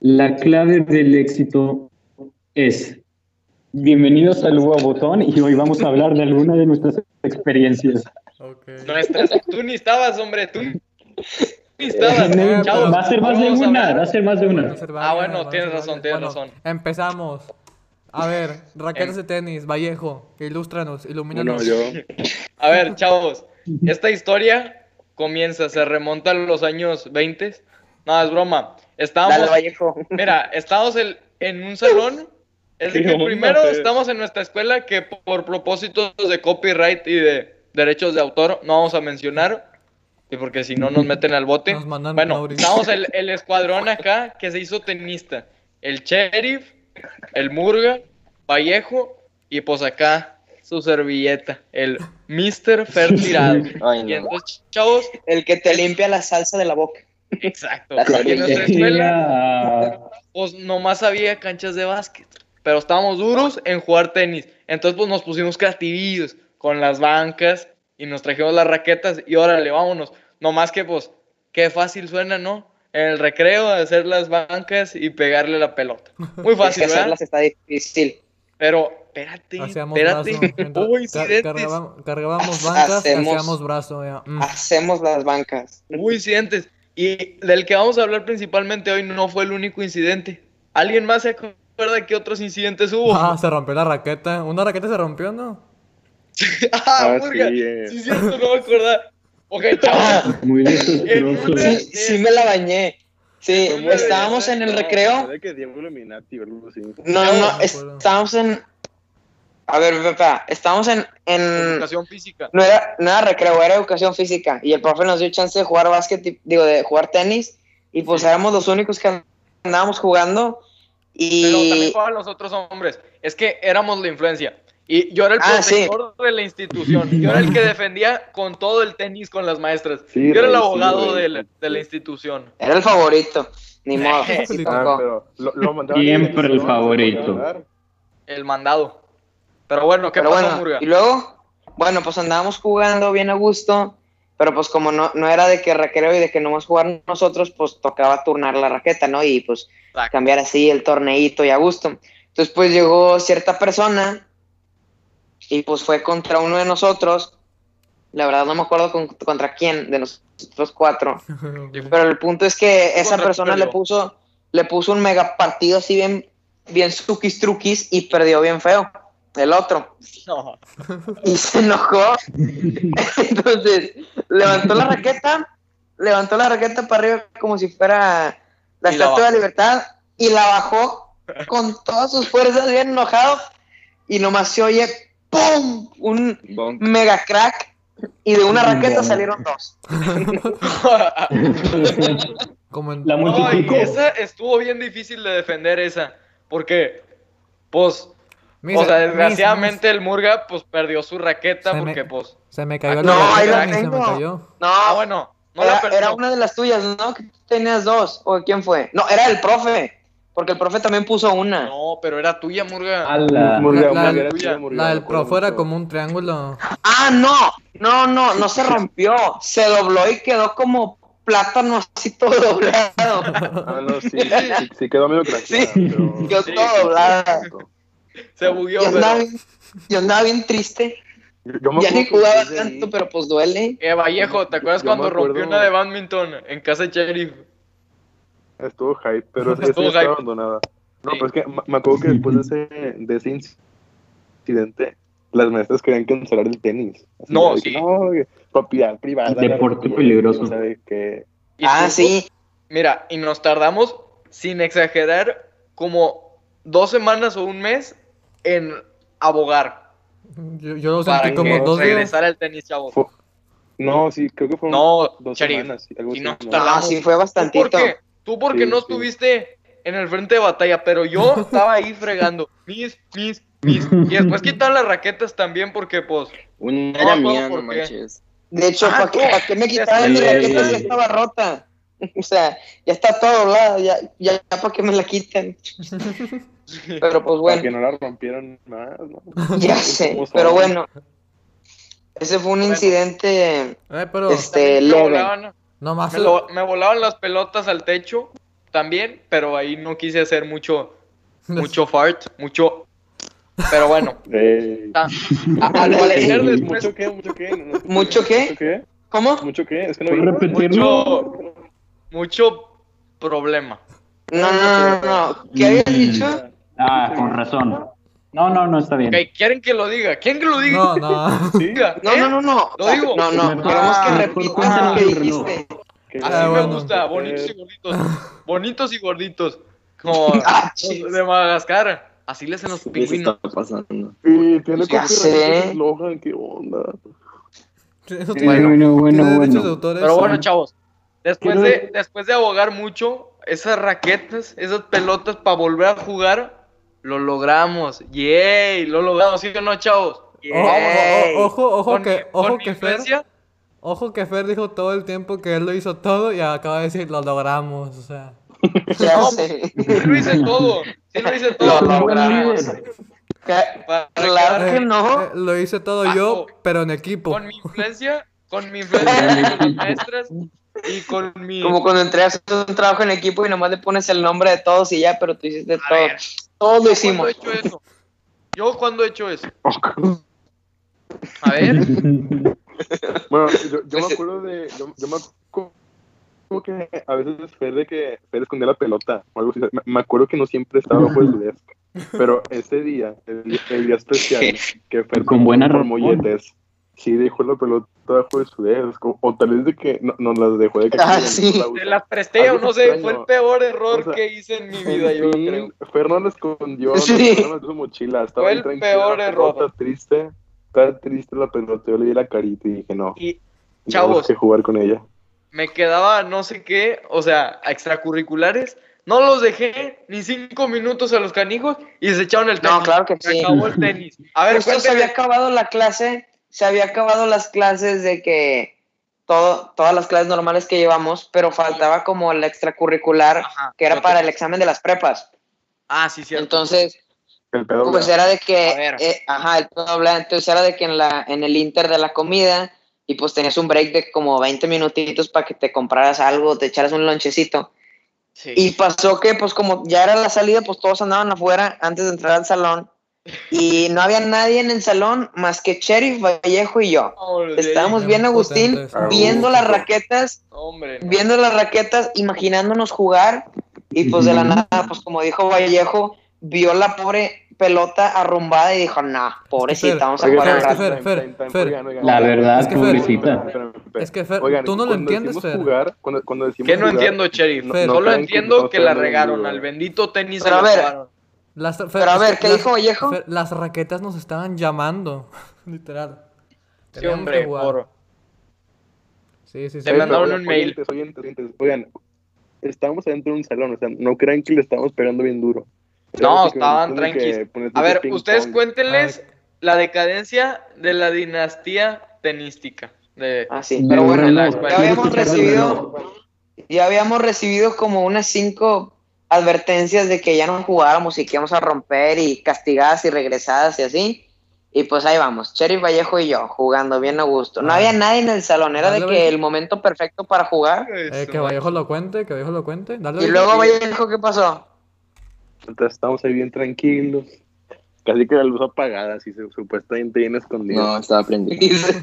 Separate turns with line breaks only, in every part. La clave del éxito es. Bienvenidos al Hugo Botón y hoy vamos a hablar de alguna de nuestras experiencias.
Okay.
Nuestras, tú ni estabas, hombre, tú ni estabas.
Eh,
Chavos,
va a ser más de
Ah, vamos a
una,
hablar.
va a ser más de una.
Ah, bueno, tienes razón, tienes razón. Em
Empezamos. A ver, raquetas de tenis, Vallejo, ilústranos, ilumínanos.
Bueno, yo.
A ver, chavos, esta historia comienza, se remonta a los años 20. No, es broma.
Dale,
Estábamos,
Vallejo.
mira, estábamos el- en un salón. Es de
Qué
que
onda,
primero
Fer.
estamos en nuestra escuela que por propósitos de copyright y de derechos de autor no vamos a mencionar. y Porque si no nos meten al bote.
Nos mandan
bueno,
Mauri.
estábamos el, el escuadrón acá que se hizo tenista. El sheriff, el murga, Vallejo y pues acá su servilleta, el Mr. Fer Tirado.
Ay,
Y
no.
entonces, chavos,
El que te limpia la salsa de la boca.
exacto.
La
Y en
Eh,
nuestra
servilleta.
escuela,
Era-
pues nomás había canchas de básquet, pero estábamos duros en jugar tenis. Entonces, pues nos pusimos creativillos con las bancas y nos trajimos las raquetas y órale, vámonos. Nomás que, pues, qué fácil suena, ¿no? En el recreo, hacer las bancas y pegarle la pelota. Muy
Es que
fácil, ¿verdad?
hacerlas está difícil.
Pero, espérate,
Hacíamos
espérate.
brazo. Entonces,
Hubo
ca-
incidentes.
cargaba- cargábamos bancas,
Hacemos- Ah,
hacíamos brazo. ya. Mm.
Hacemos las bancas.
Hubo incidentes. Y del que vamos a hablar principalmente hoy no fue el único incidente. ¿Alguien más se acuerda que otros incidentes hubo?
Ah, se rompió la raqueta. Una raqueta se rompió, ¿no?
Ah,
Ah,
murga.
sí, eh.
Sí, cierto, no me acordaba. Ok,
Ah.
chavos.
Muy
Sí,
desastroso.
Yes.
sí me la bañé. Sí,
Tú me
estábamos en el
besaste,
recreo.
Parece que Diablo Illuminati o algo así.
No,
No,
no,
me acuerdo.
estábamos en... A ver, espera, espera, estábamos en... en...
Educación física.
No era, no era recreo, era educación física. Y el profe nos dio chance de jugar básquet, y- digo, de jugar tenis. Y pues éramos los únicos que andábamos jugando.
Pero también
Y
jugaban los otros hombres. Es que éramos la influencia. Y yo era el
Ah, sí.
protector de la institución. Yo era el que defendía con todo el tenis con las maestras.
Sí,
yo era el
rey, sí,
abogado
rey.
de, la, de la institución.
era el favorito. Ni modo. así
Ah,
Ah,
tocó.
pero lo, lo mandaban
Siempre el
¿no?
favorito.
El mandado. Pero bueno, ¿qué
Pero
pasó,
bueno,
Murga?
y luego, bueno, pues andábamos jugando bien a gusto, pero pues como no, no era de que recreo y de que nomás jugar nosotros, pues tocaba turnar la raqueta, ¿no? Y pues
Exacto.
cambiar así el torneito y a gusto. Entonces pues llegó cierta persona y pues fue contra uno de nosotros, la verdad no me acuerdo con- contra quién de nosotros cuatro, pero el punto es que esa
Contra
persona le
Julio.
puso, le puso un mega partido así bien, bien suquis truquis y perdió bien feo el otro
No.
y se enojó. Entonces, levantó la raqueta, levantó la raqueta para arriba como si fuera la
Y la
estatua de
bajó.
la libertad y la bajó con todas sus fuerzas, bien enojado. Y nomás se oye ¡pum! Un
Bonk.
mega crack. Y de una raqueta
No.
salieron dos.
Como en...
La
No, y
multiplicó.
esa estuvo bien difícil de defender esa, porque, pues,
Mira,
o sea,
mira,
desgraciadamente el Murga, pues, perdió su raqueta
Se me-
porque, pues,
Se me cayó
No,
la
ahí la
raqueta y se me
tengo.
cayó.
No,
ah, bueno, no
era,
la perdió.
era una de las tuyas, ¿no? Que tú tenías dos. ¿O quién fue? No, era el profe. Porque el profe también puso una.
No, pero era tuya,
Ah,
Murga.
Ala.
Murga,
La-
Murga,
la-
sí, Murga,
La del
me acuerdo
profe era
mucho.
como un triángulo.
Ah, no, no, no, no se rompió, se dobló y quedó como plátano así todo doblado.
Ah, no, sí, sí, sí, sí quedó medio craqueada,
Sí,
pero-
quedó
Sí,
todo
sí, sí,
doblada.
sí.
Se bugueó,
Yo andaba
pero...
bien, yo andaba bien triste,
Yo, yo me
ya
acuerdo
ni
que
jugaba
desde ahí-
tanto, pero pues duele.
Eh, Vallejo, ¿te acuerdas
Yo me
cuando rompió
acuerdo-
una de badminton en casa de Sheriff?
Estuvo hype, pero esa ya
Estuvo
está
hype.
abandonada. No,
Sí.
pero es que me- me acuerdo que después de ese, de ese incidente, las maestras querían cancelar el tenis. Así
No,
de
sí.
que, no, que propiedad privada.
Deporte
la-
peligroso.
no sabe qué.
Y
Ah,
tú- uh,
sí,
Mira, y nos tardamos, sin exagerar, como dos semanas o un mes en abogar
Yo, yo lo
para
sentí
que
como dos días.
regresara al tenis, chavos.
Fue- No, sí, creo que fueron
No,
dos
Sheriff,
semanas. Algo
y
así,
no
¿no?
tardamos.
ah, sí, fue
¿Tú
bastantito.
porque, tú porque
Sí,
no
sí.
estuviste en el frente de batalla, pero yo estaba ahí fregando. Mis, mis, mis. Y después quitar las raquetas también porque, pues,
Una
No,
era
no,
mía,
¿por
no
qué?
manches.
De hecho,
Ah,
¿para qué,
no.
pa' qué me quitaron mi
Sí,
raqueta
sí.
si estaba rota? O sea, ya está todo doblado, ya, ya, ya para qué me la quitan. Pero pues
Para
bueno.
que no la rompieron más, ¿no?
Ya sé,
¿Cómo son?
pero bueno. Ese fue un incidente.
Eh, pero
Este-
también me
leve.
volaban,
nomás
me, lo- me volaban las pelotas al techo también, pero ahí no quise hacer mucho, mucho fart, mucho. Pero bueno,
Eh,
a-
Ah,
a- al parecer después
¿Mucho qué? ¿Mucho qué? No, no escuché.
¿Mucho qué?
¿Mucho qué?
¿Cómo?
¿Mucho qué? Es que no
¿Puedes
vi.
repetirlo?
mucho, mucho problema.
No, no, no, no. ¿Qué habías
Mm.
dicho?
Ah, con razón. No, no, no está bien.
Ok, ¿Quieren que lo diga? ¿Quieren que lo diga?
No, no.
Sí.
No, no, no, no.
Lo digo.
No, no.
Mejor-
Queremos que
ah,
repitas
mejor
lo que
cuéntanos el reloj.
dijiste.
¿Qué?
Así
Ah,
me
bueno.
gusta, bonitos
Eh,
y gorditos. Bonitos y gorditos. Como
Ah,
los de Madagascar. Así le hacen los
¿Qué se está
pingüinos.
pasando?
Sí, tiene
Ya
copyright
sé.
ese eslogan, ¿qué onda?
Eso
Sí,
tiene-
Eh, bueno,
tiene
bueno,
derechos de
bueno.
autores.
Pero bueno, chavos. Después
Quiero-
de, después de abogar mucho, esas raquetas, esas pelotas para volver a jugar, lo logramos. ¡Yay! Lo logramos, ¿sí o no, chavos?
Ojo,
Ey.
ojo, oh, ojo, ojo
Con mi-
que,
con
ojo
mi
que Fer,
influencia,
ojo que Fer dijo todo el tiempo que él lo hizo todo y acaba de decir lo logramos, o sea.
Ya sé.
Sí lo hice todo. Sí lo hice
Lo
todo.
logramos. Ca-
Para
Claro
quedar
que no.
Eh, lo hice todo yo, pero en equipo.
oh. Con mi influencia, con mi influencia, con las maestras y con mi...
Como cuando entregas un trabajo en equipo y nomás le pones el nombre de todos y ya, pero tú hiciste todo.
ver.
Todos
Yo cuando
lo
he
hicimos.
hecho eso? ¿Yo cuando he hecho eso? A ver,
Bueno, yo, yo me acuerdo de. Yo, yo me acuerdo que a veces Fer de que Fer escondía la pelota o algo así. Me, me acuerdo que no siempre estaba bajo el desk. Pero ese día, el, día- el día especial, que Fer
Con buena
por
razón.
molletes, sí dejó la pelota bajo de su desk. O, o tal vez de que no, nos las dejó de que.
Ah, sí.
la usó.
te las presté o no sé, fue el peor error
O sea,
que hice en mi vida, yo creo.
Fernández Fernando escondió
Sí.
no en su mochila, estaba
Fue
ahí
el
tranquila,
peor
la
error.
pelota triste, estaba triste la pelota, yo le di la carita y dije, no,
Y
tenemos
Chavos.
que jugar con ella.
me quedaba no sé qué, o sea, extracurriculares, no los dejé ni cinco minutos a los canijos y se echaron el tenis.
No, claro que
Se
sí.
acabó el tenis. A ver,
Justo se había
cuéntame.
acabado la clase, se había acabado las clases de que todo, todas las clases normales que llevamos, pero faltaba como el extracurricular
Ajá,
que era
no,
para el examen de las prepas.
Ah, sí, cierto.
Entonces,
El pedo
Pues era de
A
que,
ver.
eh, ajá, el todo bla- entonces era de que en, la, en el Inter de la comida, y pues tenías un break de como 20 minutitos para que te compraras algo, te echaras un lonchecito.
Sí.
Y pasó que, pues como ya era la salida, pues todos andaban afuera antes de entrar al salón, y no había nadie en el salón más que Sheriff, Vallejo y yo.
Vámonos de ahí.
Estábamos bien, Agustín, Ah,
potentes.
viendo las raquetas,
No, Hombre, no.
viendo las raquetas, imaginándonos jugar, y pues de la
Ujú.
nada, pues como dijo Vallejo, vio la pobre pelota arrumbada y dijo, nah, pobrecita,
Espera,
vamos a
Oigan,
jugar un
es que
rato.
Fer, Fer, Fer.
La verdad,
Es que Fer,
pobrecita.
es que Fer, tú no lo entiendes, Fer.
Jugar, cuando, cuando decimos
¿Qué no
jugar,
entiendo, Sheriff?
no-
Fer.
no
Solo
creen
entiendo
estamos
que la
hablando de
regaron
libro.
al bendito tenis.
Pero
se
a
lo
ver,
robaron.
Las- Fer,
Pero a
es
ver,
que
¿qué
las-
dijo Vallejo?
Fer, las raquetas nos estaban llamando, literal.
Sí,
Teníamos
hombre,
que jugar.
por-
Sí, sí, Eh, sí.
Te mandaron
Oigan,
un mail.
oyentes, oyentes, oyentes, Oigan, estábamos adentro de un salón, o sea, no crean que le estábamos pegando bien duro.
No,
Era de que
estaban
de que
tranquilos.
ponerte
A ver,
ping
ustedes
pong.
cuéntenles
Ay.
la decadencia de la dinastía tenística. De...
Ah, sí, pero bueno,
reloj.
ya habíamos recibido, ya habíamos recibido como unas cinco advertencias de que ya no jugáramos y que íbamos a romper y castigadas y regresadas y así. Y pues ahí vamos, Cherry Vallejo y yo jugando bien a gusto. No
Ah.
había nadie en el salón, era de
Dale,
que
Vallejo.
el momento perfecto para jugar.
Eh, que Vallejo lo cuente, que Vallejo Eh, lo cuente. Dale.
Y luego Vallejo, ¿qué pasó?
Entonces, estábamos ahí bien tranquilos. Casi que la luz apagada, así se- supuestamente bien escondida.
No, estaba aprendiendo.
X,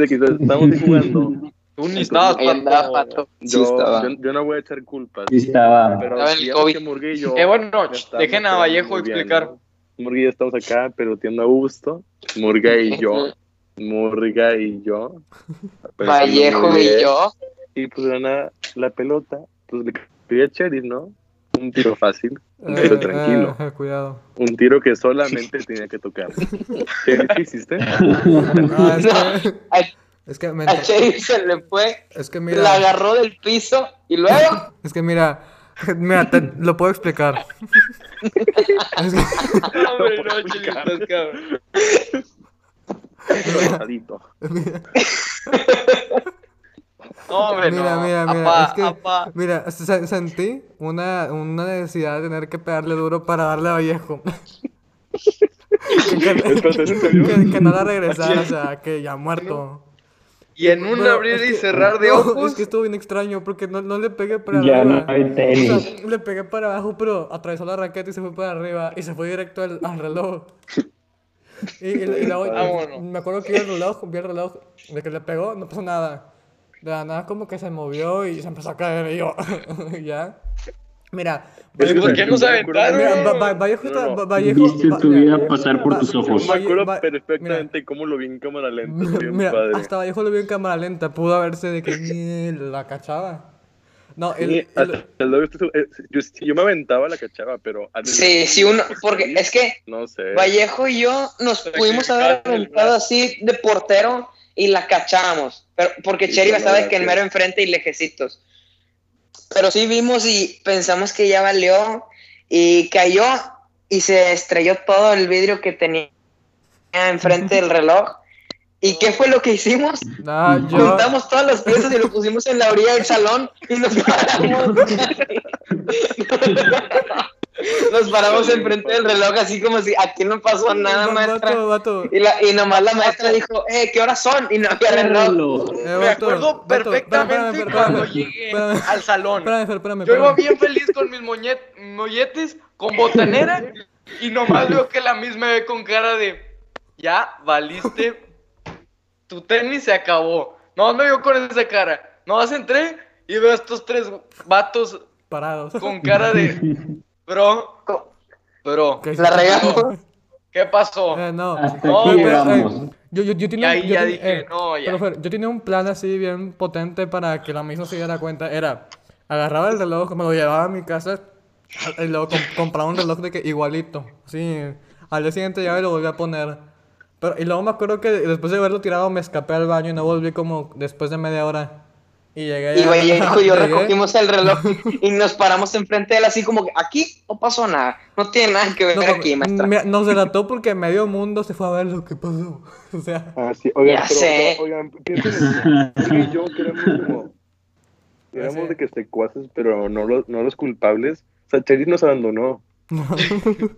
X, estamos ahí jugando.
Tú ni estabas,
Ahí andaba
Pato.
Pato.
Sí,
Yo,
estaba.
yo, yo no voy a echar culpas.
Sí estaba.
Pero
Estaba en el
digamos
COVID.
que Murguillo,
Eh, bueno,
ya
ch,
está,
dejen
no
a
está
Vallejo
muy bien,
explicar.
¿no? Murguillo estamos acá, pero tiendo a gusto. Murga y yo. Murga y yo. Pensando
Vallejo
muy
y
bien.
yo.
Y pues de la nada, la pelota, pues le pedí a Cheris, ¿no? Un tiro fácil, pero tranquilo.
eh, cuidado.
un tiro que solamente tenía que tocar. Cheris, ¿qué hiciste?
Ah, es, que,
A,
es que me-
a Cherry se le fue,
es que
la
mira,
agarró del piso y luego.
es que mira, mira, te- lo puedo explicar. Es que-
No, hombre, no, Chili, estás cabrón.
Rosadito.
No, hombre,
Mira,
no.
mira, mira,
Apá,
es que-
apá.
Mira, se- sentí una, una necesidad de tener que pegarle duro para darle a Vallejo. que, que-
Entonces, ¿en serio?
que- que no la regresara, o sea, que ya muerto.
Y en un
No,
abrir
es
y
que-
cerrar de
no,
ojos.
Es que estuvo bien extraño porque no, no le pegué para
Ya no
arriba.
hay
O
tenis.
sea, le pegué para abajo, pero atravesó la raqueta y se fue para arriba y se fue directo al, al reloj. Y, y- y luego-
Vámonos.
me acuerdo que vi el reloj, vi el reloj de que le pegó, no pasó nada. De la nada como que se movió y se empezó a caer y yo, ya. Mira,
Pero
Vallejo,
¿por qué nos aventaron?
mira, Va- Va- Vallejo,
No, no.
está- Va- Vallejo-
Viste
Va-
tu
mira,
vida pasar por
pues, Va-
tus
Yo
ojos.
me acuerdo
Mira,
perfectamente cómo lo vi en cámara lenta. estoy bien
Mira,
padre.
hasta Vallejo lo vio en cámara lenta, pudo haberse de que ni la cachaba. No, el,
Sí,
el-
hasta el lado este- eh, yo, yo me aventaba la cachaba, pero.
Sí, sí, uno, porque es que
No sé.
Vallejo y yo nos
Pero
pudimos
que cae
haber
el
aventado
brazo.
así de portero y la cachamos. Pero, porque
Sí,
Cherry
con la
estaba de que en
gracia.
mero enfrente y lejecitos. Pero sí vimos y pensamos que ya valió y cayó y se estrelló todo el vidrio que tenía enfrente del reloj. ¿Y qué fue lo que hicimos?
no, yo,
Juntamos todas las piezas y lo pusimos en la orilla del salón y nos paramos. nos paramos enfrente del reloj así como si aquí no pasó nada,
Va-
maestra.
Vato, vato.
Y, la, y nomás la maestra dijo, eh, ¿qué horas son? Y no había reloj.
Reloj.
Eh,
Me
vato,
acuerdo
vato,
perfectamente
espérame, espérame,
cuando
espérame.
llegué
espérame.
al salón.
Espérame, espérame, espérame,
Yo iba
espérame.
bien feliz con mis moñet- molletes, con botanera, y nomás veo que la misma ve con cara de, ya, valiste, tu tenis se acabó. No, no, yo con esa cara. Nomás entré y veo a estos tres vatos
Parados.
con cara de, bro, bro,
Ok,
La regamos.
¿qué pasó?
Eh, no.
Hasta
No,
aquí
pero,
llegamos.
Yo, yo, yo
Y
tenía,
ahí
yo
ya
tenía-
dije,
eh,
no, ya.
pero Fer, yo tenía un plan así bien potente para que la misma se diera cuenta. Era, agarraba el reloj, me lo llevaba a mi casa y luego comp- compraba un reloj de que igualito. Sí, al día siguiente ya me lo volví a poner. Pero, y luego me acuerdo que después de haberlo tirado me escapé al baño y no volví como después de media hora. Y llegué
Y
ya-
Vallejo y yo
llegué.
recogimos el reloj y nos paramos enfrente de él así como que aquí no pasó nada. No tiene nada que ver
No,
aquí, maestra.
mira, nos delató porque medio mundo se fue a ver lo que pasó. O sea,
Ah, sí. Oigan,
Ya
pero,
sé.
no, oigan, piensen en eso. Tú y yo queremos como. Queremos
sé.
de que secuaces, pero no los, no los culpables. O sea, Cheris nos abandonó.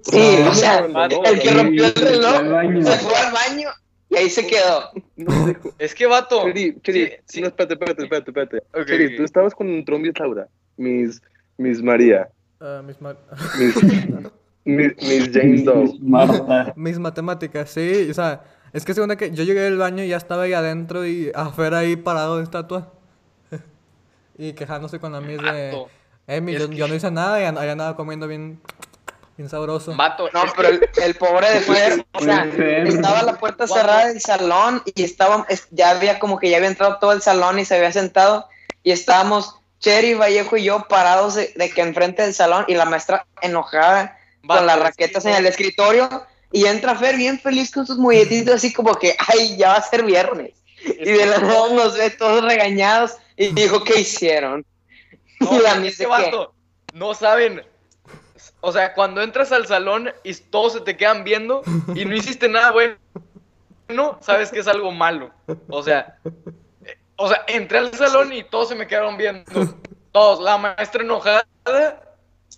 Sí,
No,
o sea,
no, no,
el que
no,
rompió el
Sí, al baño.
reloj se fue al baño y ahí se quedó.
Nos dejó.
Es que vato,
Cheri, Cheri,
Oh, sí, sí.
no, espérate, espérate, espérate, espérate.
Ok,
Cheri,
ok.
tú estabas con Trombi y Laura, mis, mis María,
ah, mis ma-
mis, mis, mis Jane Doe.
Marta.
Mis matemáticas, sí, o sea, es que según que yo llegué del baño y ya estaba ahí adentro y afuera ahí parado de estatua. y quejándose con la mis de.
Vato,
Emi,
es
yo,
que-
yo no hice nada y an- ahí andaba comiendo bien, bien sabroso.
vato,
No,
es que-
pero el, el pobre de Fer, o sea,
Fer.
estaba la puerta cerrada del salón y estaba, es- ya había como que ya había entrado todo el salón y se había sentado y estábamos Cherry, Vallejo y yo parados de, de que enfrente del salón y la maestra enojada
Vato,
con las
es que
raquetas en
no.
el escritorio y entra Fer bien feliz con sus muñequitos así como que, ay, ya va a ser viernes. Y de la nada nos ve todos regañados y dijo, ¿qué hicieron?
No,
y la
es
miss
que,
de que,
vato, no saben. O sea, cuando entras al salón y todos se te quedan viendo y no hiciste nada bueno, no, sabes que es algo malo. O sea, eh, o sea, entré al salón y todos se me quedaron viendo. Todos, la maestra enojada,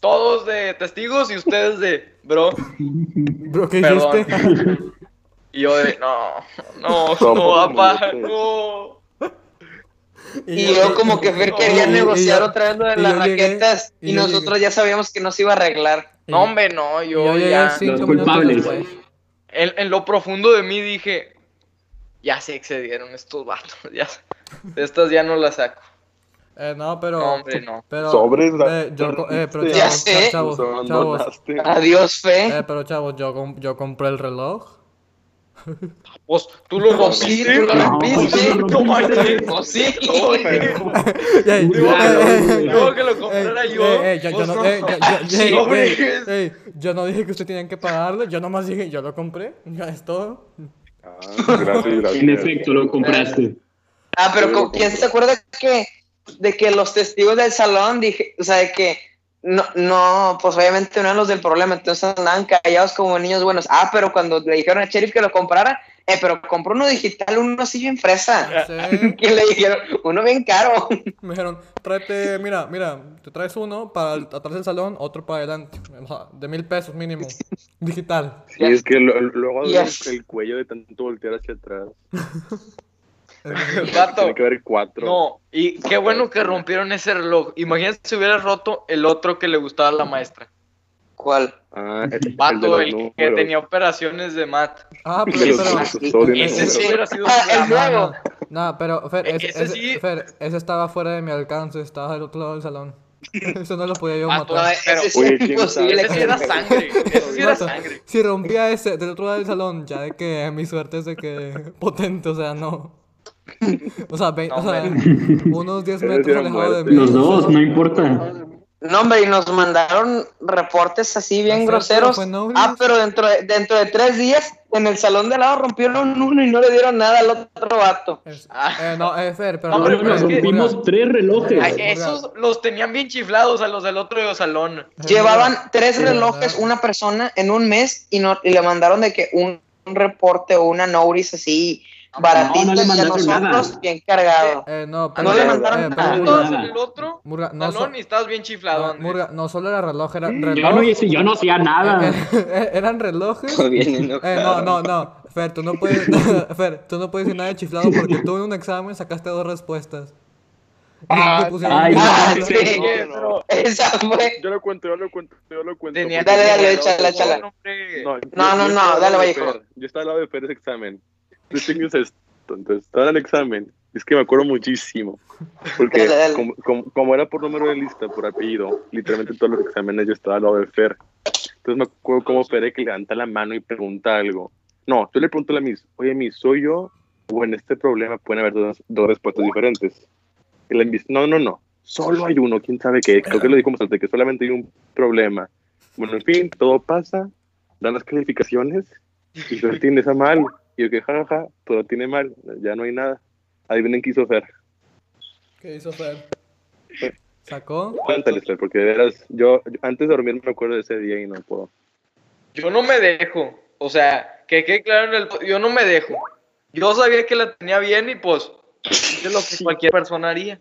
todos de testigos y ustedes de, bro.
Bro, ¿qué
Perdón.
hiciste?
Y yo de, no, no, no,
Tampoco
papá,
me
no.
Y yo como que Fer quería
y- y
negociar
yo-
otra vez lo de
y
las
yo llegué,
raquetas
y
y
yo
nosotros ya sabíamos que no se iba a arreglar.
y-
No, hombre, no,
y
yo,
llegué
ya.
cinco
Los
minutos
culpables.
después.
En, en lo profundo de mí dije, ya se excedieron estos vatos, ya, de estas ya no las saco.
Eh, no, pero.
No, hombre, no.
Pero,
Sobres,
eh, yo co- eh, pero
Ya
chavos,
sé.
chavos,
Nos
chavos, chavos,
abandonaste.
Ah.
Adiós, Fe.
eh, pero chavos, yo, com- yo compré el reloj.
Pues tú lo
Pues sí,
rompiste,
tú lo
no,
rompiste.
no manches.
Pues sí.
Oye,
Ey,
Digo,
eh, eh, eh,
digo que lo
eh,
comprara
eh,
yo.
eh, yo, yo
Pues
no,
no.
eh, yo- yo-
Sí,
ey,
hombre.
ey, ey, yo no dije que ustedes tenían que pagarlo, yo nomás dije, yo lo compré, ya es todo.
Ah, gracias, gracias.
En efecto, lo compraste.
Ah, pero
Pero
co- ¿quién se acuerda que, de que los testigos del salón dije, o sea, de que no, no, pues obviamente no eran los del problema, entonces andaban callados como niños buenos. Ah, pero cuando le dijeron al sheriff que lo comprara, eh, pero compró uno digital, uno así bien fresa.
Ah.
Sí,
Y le dijeron, uno bien caro.
me dijeron, tráete, mira, mira, te traes uno para el- atrás del salón, otro para adelante, o sea, de mil pesos mínimo, digital.
Sí, es que lo- luego duele
Yes.
el cuello de tanto voltear hacia atrás.
Vato,
Tiene que haber cuatro.
no, y qué bueno que rompieron ese reloj. Imagínate si hubiera roto el otro que le gustaba a la maestra.
¿Cuál?
Ah, el, el de
Vato,
los
el, que
números.
tenía operaciones de mat.
Ah,
El
pero,
de los
pero-
accesorios,
Ese
números.
sí hubiera sido
Ah,
un
el
drama.
nuevo.
No, pero Fer,
E-
ese,
ese
ese-
sí.
Fer, ese estaba fuera de mi alcance, estaba del otro lado del salón. Eso no lo podía yo
Ah,
No,
matar.
pues, Pero,
ese sí
oye,
es
¿quién
imposible.
Ese sí era sangre. Ese sí era
Vato,
sangre.
Si rompía ese del otro lado del salón, ya de que mi suerte es de que potente, o sea, no. O sea, ve-
No,
o sea unos 10
Pero
metros
era
alejado de
muerte.
mí.
Los dos, no importa.
No, hombre, y nos mandaron reportes así bien
Acepto,
groseros.
fue noble.
Ah, pero dentro de, dentro de tres días, en el salón de al lado rompieron uno y no le dieron nada al otro vato.
Es-
Ah.
eh, no, eh, Fer, pero.
No, pero- pero
nos
es que-
rompimos tres
Ay,
relojes.
esos los tenían bien chiflados a los del otro salón.
Llevaban tres relojes,
verdad.
una persona, en un mes y, no, y le mandaron de que un, un reporte o una notice así baratita
Ah, no le
y a
mandaron nada.
nosotros bien cargado.
Eh, no,
No le
pero-
mandaron
eh,
nada.
pero-
Todos
nada.
el otro
Murga, no, so-
salón y estabas bien chiflado.
no,
Andrés.
Murga, no solo era reloj, era reloj.
Yo no, hice, yo no hacía nada.
Eh, eran relojes.
Bien
Eh,
enojado.
no, no, no. Fer, tú no puedes. Fer, tú no puedes decir nada de chiflado porque tú en un examen sacaste dos respuestas. Y te pusieron-
ay,
Ah,
no,
sí.
Oye,
no,
pero
Esa fue.
Yo lo cuento, yo lo cuento, yo lo cuento.
tenía
Dale,
que-
dale, échala,
no,
échala.
hombre.
yo-
No,
yo
no, no,
estaba al
dale,
lado de
Vallejo.
Fer, Yo estaba al lado de Pérez examen. Yo tengo esto, entonces estaba en el examen. Es que me acuerdo muchísimo. Porque
Dale, dale.
Como, como- como era por número de lista, por apellido, literalmente todos los exámenes yo estaba al lado de Fer. Entonces me acuerdo como Fer que levanta la mano y pregunta algo. No, yo le pregunto a la Miss, oye Miss, ¿soy yo? O en este problema pueden haber dos, dos respuestas diferentes. Y la Miss, no, no, no, solo hay uno, quién sabe qué. Creo que lo dijo bastante, que solamente hay un problema. Bueno, en fin, todo pasa, dan las calificaciones y Fer tiene esa mal. Y yo que jajaja, todo tiene mal, ya no hay nada. Adivinen qué hizo Fer.
¿Qué hizo Fer? Sacó.
Cuéntales, Fer, porque de veras, yo, yo antes de dormir me acuerdo de ese día y no puedo.
Yo no me dejo. O sea, que quede claro en el. po- Yo no me dejo. Yo sabía que la tenía bien y pues. Es lo que cualquier persona haría.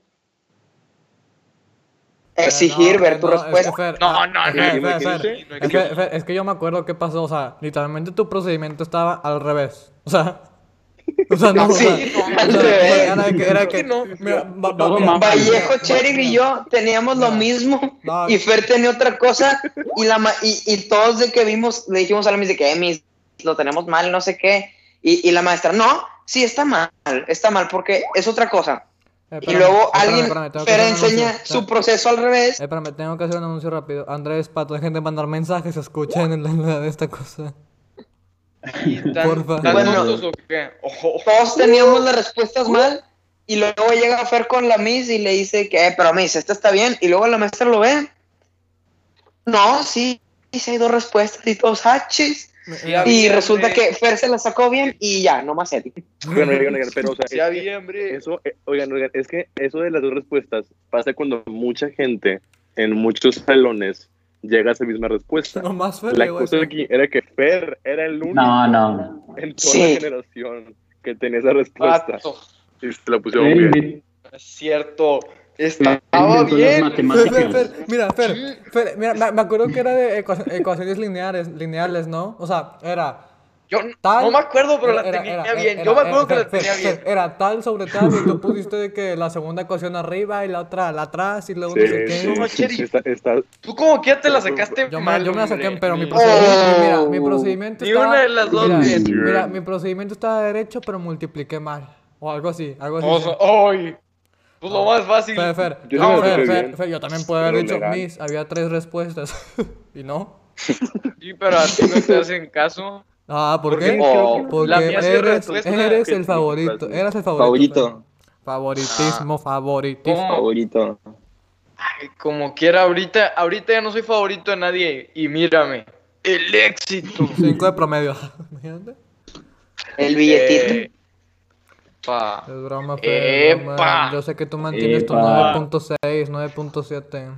Exigir,
Eh, no, eh,
ver tu
no, es que
respuesta.
Fer-
No,
eh,
no, no,
Fer,
no,
Fer,
imagínense.
Fer, es que- Fer, es que yo me acuerdo qué pasó. O sea, literalmente tu procedimiento estaba al revés. O sea. O sea, no, o sea,
Sí,
no,
al
o sea,
revés.
era de que, era de que-
No,
mira, va- va-
todo
mira,
mal.
Vallejo,
mira,
Cherry y
mira.
yo teníamos lo
No.
mismo
No.
y Fer tenía otra cosa y, la, ma- y, y todos de que vimos, le dijimos a la maestra que "Eh, miss, lo tenemos mal, no sé qué. Y, y la maestra, no, sí, está mal, está mal porque es otra cosa.
Eh,
Y
espérame,
luego
espérame,
alguien,
espérame, tengo que
Fer
hacer un
enseña
anuncio. Eh,
su proceso al revés.
Espérame, tengo que hacer un anuncio rápido. Andrés, pato, dejen de mandar mensajes, escuchen en la- en la de esta cosa.
Y tan-
Porfa.
tan
Bueno.
tontos o qué? Ojo.
Todos teníamos las
Uh.
respuestas mal y luego llega Fer con la Miss y le dice que, "Eh, pero Miss, esta está bien. Y luego la maestra lo ve. No, sí, sí, hay dos respuestas y todos haches.
Sí había,
Y resulta
hombre.
que Fer se la sacó bien y ya, no más él.
Bueno, oigan, oigan, pero, o sea,
Sí había, hombre.
Eso, eh, oigan, oigan, es que eso de las dos respuestas pasa cuando mucha gente en muchos salones llega a esa misma respuesta.
No más Fer
La
llegó a
cosa
eso.
aquí era que Fer era el único
No, no.
en toda
Sí.
la generación que tenía esa respuesta.
Vato.
Y se la pusieron
Él
bien.
inventó
Es cierto.
las
Ah,
Estaba bien.
Fer, Fer,
matemáticas.
Fer, mira, Fer, Fer, mira, me, me acuerdo que era de ecuación- ecuaciones lineares, lineales, ¿no? O sea, era
Yo n-
tal.
no me acuerdo, pero la
era-
tenía
era-
bien.
era-
Yo me
era-
acuerdo que la
Fer, Fer,
tenía bien.
Fer, Era tal sobre tal, y tú pusiste de que la segunda ecuación arriba y la otra la atrás y luego
Sí,
no sé qué.
sí,
No,
sí,
Cheri.
está- está-
Tú como que ya te la sacaste
Yo me,
mal,
yo me la saqué,
hombre.
pero mi
Ni-
Oh.
procedimiento, mira, mi procedimiento
Ni
estaba...
una de las dos,
mira,
bien.
mira, mi procedimiento estaba derecho, pero multipliqué mal. O algo así, algo así.
O sea, ¡Ay! Pues lo más fácil.
Fer, Fer,
Yo
no,
digo que
Fer,
estoy
Fer,
bien.
Fer, yo también puedo haber
Pero
dicho
legal.
Miss, había tres respuestas. ¿Y no?
Sí, pero a ti no te hacen caso.
Ah, ¿por,
¿Por
qué?
qué?
Oh,
Porque
la mía sí era
eres,
respuesta.
eres
Que
el
sí,
favorito,
Plasmi.
eras el favorito.
Favorito.
Fer.
Ah.
Favoritismo, favoritismo.
¿Cómo?
Favorito.
Ay, como quiera, ahorita, ahorita ya no soy favorito de nadie. Y mírame. El éxito.
Cinco de promedio. Imagínate.
El billetito.
Eh, pa.
Es broma, Fer, es broma.
¡Epa!
Yo sé que tú mantienes tu
¡Epa!
9.6, 9.7.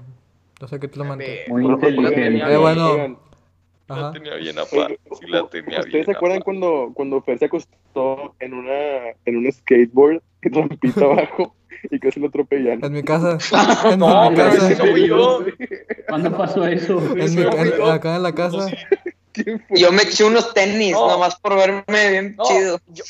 Yo sé que tú lo mantienes.
Muy inteligente.
Eh, bueno.
Oigan,
Ajá.
tenía bien aparte. Sí la tenía
Eh, ¿Ustedes se acuerdan cuando, cuando Fer se acostó en una en un skateboard y rampita abajo y casi lo atropellan?
En mi casa. En
No,
mi
pero
casa.
ese no fui yo.
¿Cuándo pasó eso?
en mi,
no fui
en-
yo.
acá en la casa.
¿Quién fue?
Yo me eché unos tenis,
No.
nomás por verme bien
Oh. No,
chido.
yo,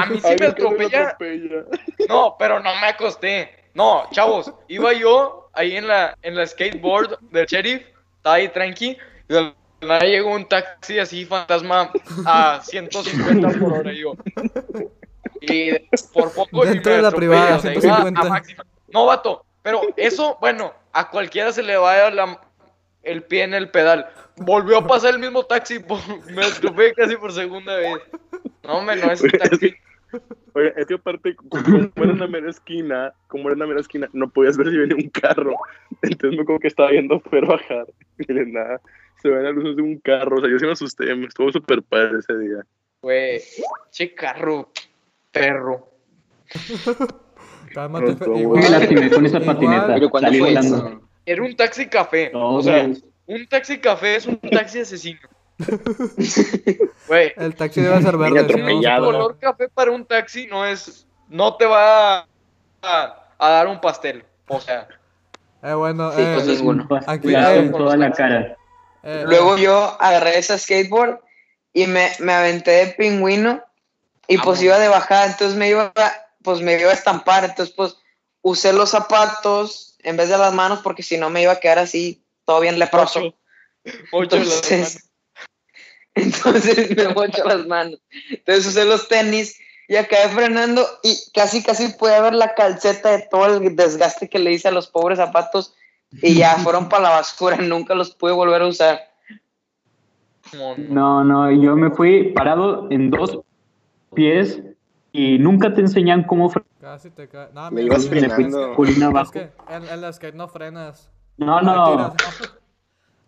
A mí sí
Ay,
me
es que no
atropella.
atropella.
No, pero no me acosté. No, chavos, iba yo ahí en la, en la skateboard del sheriff, estaba ahí tranqui, y de la nada llegó un taxi así fantasma a 150 por hora, yo. Y por poco y
Dentro
me
de la
atropella,
privada,
o sea, iba a
150.
máxima. No, vato, pero eso, bueno, a cualquiera se le va a dar la- el pie en el pedal. Volvió a pasar el mismo taxi, por- me atropellé casi por segunda vez. No, hombre, no, ese taxi.
Oye, es que aparte, como era una mera esquina, como era una mera esquina, no podías ver si venía un carro. Entonces me como que estaba viendo pero bajar. Y de nada, se ven las luces de un carro. O sea, yo sí me asusté, me estuvo súper padre ese día.
Güey, che carro, perro.
Cálmate,
Pronto,
igual-
güey.
Me lastimé con esa
igual-
patineta.
Pero cuando
Salí
fue
volando.
eso?
Era un taxi café.
No,
o sea,
güey.
un taxi café es un taxi asesino. Güey,
El taxi debe ser verde. si no, no se
atropellado.
puede.
color café para un taxi no es. No te va a, a- a dar un pastel. O sea,
Eh, bueno,
Sí,
eh,
pues es- Ninguno.
Aquí,
Cuidado
en
con
toda
los
la
taxis.
cara.
eh,
Luego yo agarré esa skateboard y me, me aventé de pingüino y pues
Vamos.
iba de bajada, entonces me iba, pues me iba a estampar, entonces pues usé los zapatos en vez de las manos porque si no me iba a quedar así todo bien leproso.
ocho de la
Entonces, entonces me mocho las manos. Entonces usé los tenis y acabé frenando y casi casi pude ver la calceta de todo el desgaste que le hice a los pobres zapatos y ya fueron para la basura, nunca los pude volver a usar.
mañana.
No, no, yo me fui parado en dos pies y nunca te enseñan cómo frenar
casi te cae. No,
Me
mira,
ibas
es que-
frenando.
es que-
colina
Es
abajo.
que en, en la skate no frenas.
No,
Ahí
no,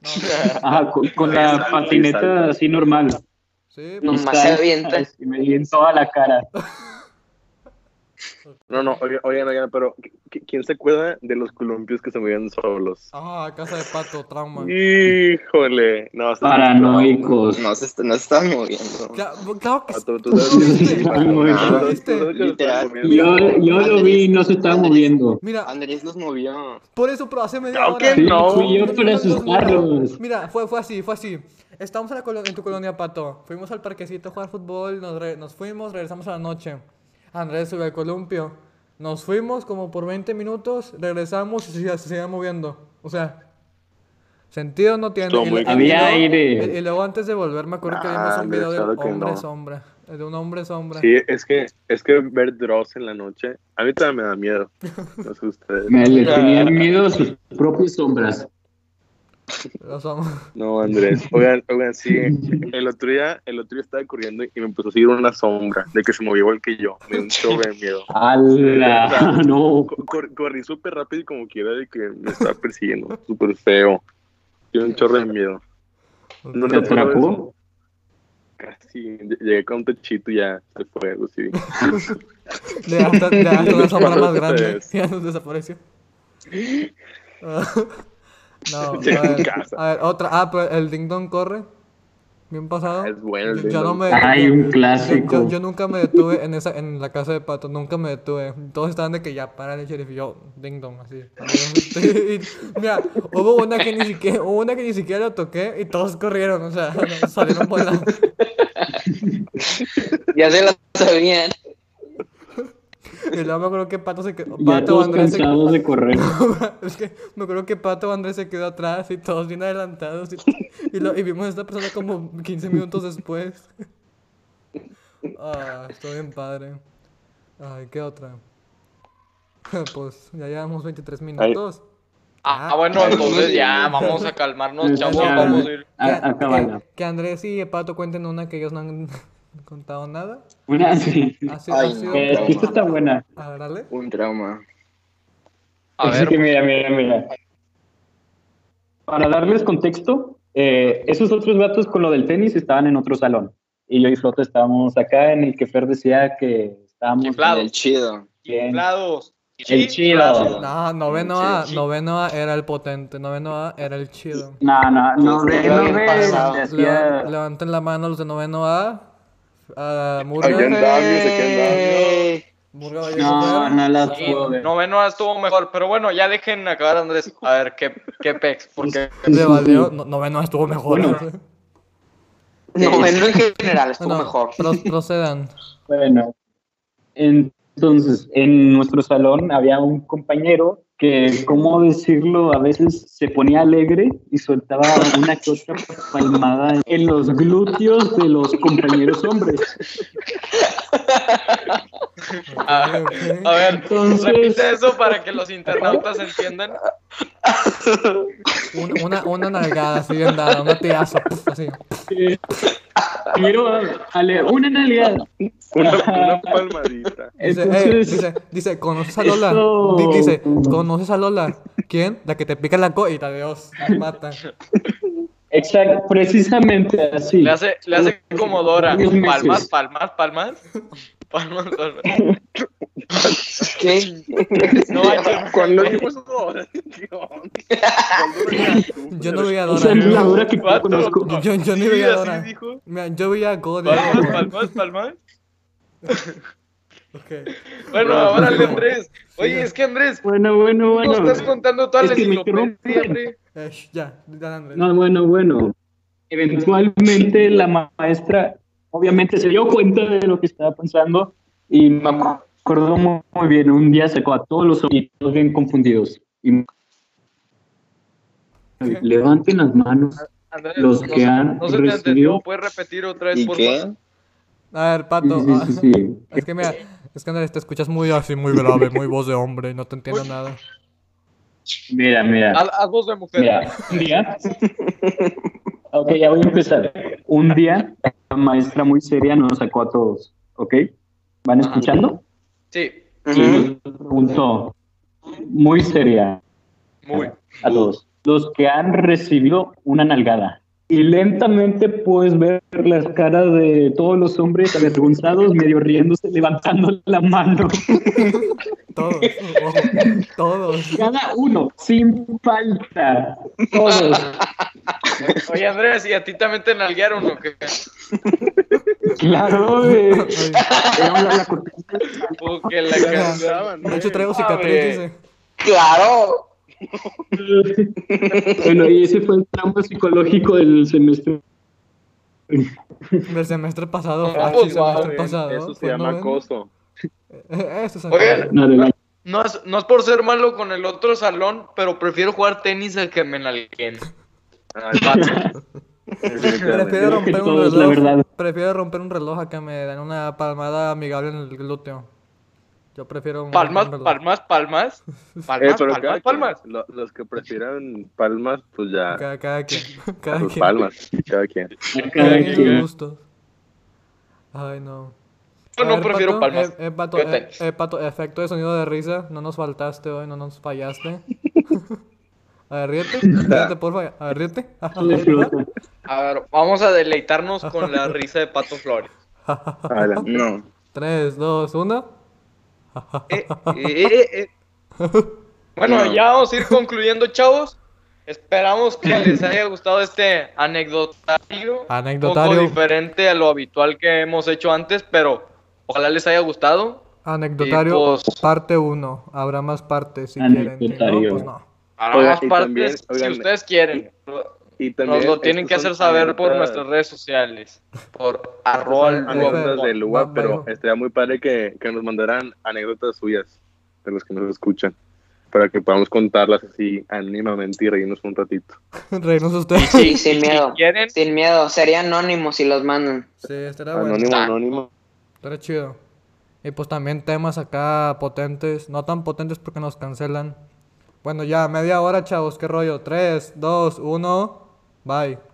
tiras. No,
ajá, con, con la patineta así normal.
sí, pues,
Y
Nomás
está-
se avienta.
ay, sí, me di en toda la cara.
No, no, oigan, oigan, oigan, pero ¿qu- qu- ¿quién se acuerda de los columpios que se movían solos?
Ah, casa de pato, trauma.
Híjole, no, o sea,
Paranoicos.
No se, est- no se estaban moviendo.
Cla- claro que
Ah,
sí.
tú- tú sabes-
¿Lo viste?
Paranoicos.
¿Lo viste?
Tú sabes que lo estaban
Literal.
Yo,
moviendo.
yo lo vi y no se estaba moviendo.
Mira,
Andrés los movió.
Por eso, pero hace media
Claro
hora.
que no. Sí,
fui yo para
Entonces,
asustarlos.
Mira, fue, fue así, fue así. Estamos en, la colo- en tu colonia, Pato. Fuimos al parquecito a jugar fútbol, nos, re- nos fuimos, regresamos a la noche. Andrés subió al columpio. Nos fuimos como por 20 minutos, regresamos y se, se seguía moviendo. O sea, sentido no tiene.
Estuvo
Y-
muy
y
Había
luego-
aire.
Y, y luego antes de volver, me acuerdo que vimos
Ah,
un video
claro
del
que
hombre
no.
sombra. De un hombre sombra.
Sí, es que, es que ver Dross en la noche, a mí también me da miedo. No sé ustedes.
Me le tenían miedo a sus propias sombras.
Los som-
No, Andrés. Oigan, oigan, sí. El otro día, el otro día estaba corriendo y me empezó a seguir una sombra de que se movió igual que yo. Me dio un chorro de miedo.
¡Hala! No.
Co- cor- corrí súper rápido y como quiera de que me estaba persiguiendo. Súper feo. Me dio un chorro de miedo. No
¿Te
te acuerdas de eso?
atrapó?
Casi. Lle- Llegué con un techito y ya se fue algo así.
Le hasta, le hasta una sombra más
Sí.
grande. Ya nos desapareció. Ah, no, a
Sí, en
ver,
casa.
a ver, otra. Ah, pero el Ding Dong corre. Bien pasado.
Es bueno el
Yo-
Ding
yo no
Dong.
me-
Ay, un
yo, yo-
clásico.
yo nunca me detuve en esa en la casa de pato, nunca me detuve. Todos estaban de que ya para el sheriff y yo, ding dong, así. Y- Mira, hubo una que ni siquiera, hubo una que ni siquiera lo toqué y todos corrieron, o sea, salieron volando.
Ya se la sabían.
Y luego me acuerdo que Pato se quedó.
Ya
Pato o
todos
Andrés se
cansados de correr.
es que me acuerdo que Pato Andrés se quedó atrás y todos bien adelantados y, y lo- y vimos a esta persona como 15 minutos después. Ah, estoy bien padre. Ay, ¿qué otra? Pues ya llevamos 23 minutos.
Ah, bueno,
Ay,
entonces
sí.
ya vamos a calmarnos, chavos.
Ya,
Vamos a ir.
Ah,
a- acábala.
que, que Andrés y Pato cuenten una que ellos no han contado nada.
Una sí.
Ha sido, ha
Ay,
sido-
no.
Eh, Esta está buena.
A ver, dale.
Un trauma.
A
Así
ver,
que mira, mira, mira. Para darles contexto, eh, esos otros gatos con lo del tenis estaban en otro salón. Y yo y Flota estábamos acá en el que Fer decía que estábamos
Chiflado.
El chido.
bien.
chiflados.
El chido.
No, noveno A,
Sí, sí.
noveno A era el potente, noveno A era el chido.
No, no, no, ve- no, ve-
Pasado.
le hacía-
Levan- levanten la mano los de noveno A. A
Ahí
Murga.
anda. Andamios, aquí andamios.
Eh,
Murga Vallejo
No,
Fer.
no las
Sí,
puedo ver.
noveno estuvo mejor, pero bueno, ya dejen acabar Andrés. A ver qué, qué pex, porque
Le valió. No, noveno A estuvo mejor.
Bueno.
eh, No, bueno, en general estuvo
Bueno,
mejor.
pros- procedan.
Bueno, Entonces, en nuestro salón había un compañero que, ¿cómo decirlo? A veces se ponía alegre y soltaba una que otra palmada en los glúteos de los compañeros hombres.
A, a ver,
Entonces-
repite eso para que los internautas entiendan.
Un- una, una nalgada así bien dada, una tiaza, puf, así.
Eh, Primero, ale- ah, una nalgada.
Una, una palmadita.
Dice, eh,
Entonces,
dice, dice, ¿conoces a Lola?
eso-
Di- Dice, ¿conoces a Lola? ¿Quién? La que te pica en la coita, Dios, la mata.
exacto, precisamente así.
Le hace, le hace como Dora.
Varios meses.
Palmas, palmas, palmas. Palmas, palmas.
¿Qué?
No, yo-
Cuando dijo eso, Dios.
Yo no veía a
Esa
Dora.
es la dura que yo
Vato.
conozco.
Yo, yo, yo ni
Sí,
veía a
así
Dora.
dijo.
Mira, yo veía a God.
Palmas, palmas, palmas.
Ok. eh,
Bueno, ahora Andrés. Oye, es que Andrés,
Bueno, bueno,
tú
bueno.
estás contando toda
Es
la
que me
enciclopedia,
interrumpen.
hombre.
Eh, sh, ya, ya, Andrés.
No, bueno, bueno. Eventualmente la ma- maestra obviamente se dio cuenta de lo que estaba pensando y me acuerdo mu- muy bien, un día sacó a todos los hombres bien confundidos. Y me- Levanten las manos
Andrés,
los
no
que
se-
han
No se te entendió,
recibido...
puedes repetir otra vez,
¿Y
por
qué?
favor.
A ver, Pato.
Sí, sí, sí, sí.
ah, Es que mira, es que Andrés, te escuchas muy así, muy grave, muy voz de hombre, y no te entiendo nada.
Mira, mira.
Haz haz voz de mujer.
Mira, un día. Ok, ya voy a empezar. Un día, la maestra muy seria nos sacó a todos. ¿Ok? ¿Van escuchando?
Sí,
Ujú.
Y nos preguntó, muy seria
muy.
a todos, los que han recibido una nalgada. Y lentamente puedes ver las caras de todos los hombres avergonzados, medio riéndose, levantando la mano.
Todos, ojo, todos.
Cada uno, sin falta. Todos.
Oye, Andrés, ¿y a ti también te nalguearon o qué?
Claro, güey.
Oye,
Era una- la cortina
Porque Pues la
La
Ajá.
cansaban.
lanzaban,
De
¿no?
hecho, traigo cicatrices. eh.
Claro.
Bueno, y ese fue el trauma psicológico del semestre.
Del semestre pasado.
No,
ah,
pues,
sí, semestre
madre,
pasado.
eh, Eso se
pues, ¿no
llama
ven?
acoso.
Eh, eh, Eso es
Oigan,
acoso.
No, del año.
No es, no es por ser malo con el otro salón, pero prefiero jugar tenis al que me Ah, nalguen.
Ay,
Prefiero
Creo que
romper un
todo es la
reloj.
verdad.
Prefiero romper un reloj a que me den una palmada amigable en el glúteo. Yo prefiero un
Palmas,
un reloj.
palmas, palmas.
Eh,
Palmas,
pero
palmas,
cada
palmas.
quien, lo- los que prefieran palmas, pues ya.
Cada, cada quien. Cada
Sus
quien.
pues, palmas, cada quien.
Cada quien sus
quien.
gustos. Ay, no.
Yo
A
no
ver,
prefiero
Pato,
palmas.
Eh, eh, pato,
Yo
eh,
tenis.
eh, Pato, efecto de sonido de risa. No nos faltaste hoy, no nos fallaste. A ver, ríete. Ríete, porfa. A ver, ríete.
A ver, vamos a deleitarnos con la risa de Pato Flores.
Adelante. No.
3, 2, 1.
Eh, eh, eh, eh. Bueno, ya vamos a ir concluyendo, chavos. Esperamos que les haya gustado este anecdotario.
Anecdotario.
Un poco diferente a lo habitual que hemos hecho antes, pero ojalá les haya gustado.
Anecdotario,
Y, pues,
parte 1. Habrá más partes si quieren. Si no,
Anecdotario.
pues no.
Habrá
Oiga,
más
y
partes
también, oigan,
si ustedes quieren.
Y
Nos
también
lo tienen que
estas
hacer
son
saber por
anécdotas-
nuestras redes sociales. Por arroba el
anécdotas
Lugo.
del
va-
lugar, pero
va-
estaría muy padre que, que nos mandaran anécdotas suyas de los que nos escuchan, para que podamos contarlas así anímamente y reírnos un ratito.
pues Reírnos ustedes.
Sí, sin miedo.
Si quieren,
Sin miedo. Sería anónimo si los mandan.
Sí, estará Ah, bueno.
Anónimo,
Exacto.
anónimo.
Estará chido. Y pues también temas acá potentes. No tan potentes porque nos cancelan. Bueno, ya, media hora, chavos. ¿Qué rollo? 3, 2, 1. Bye.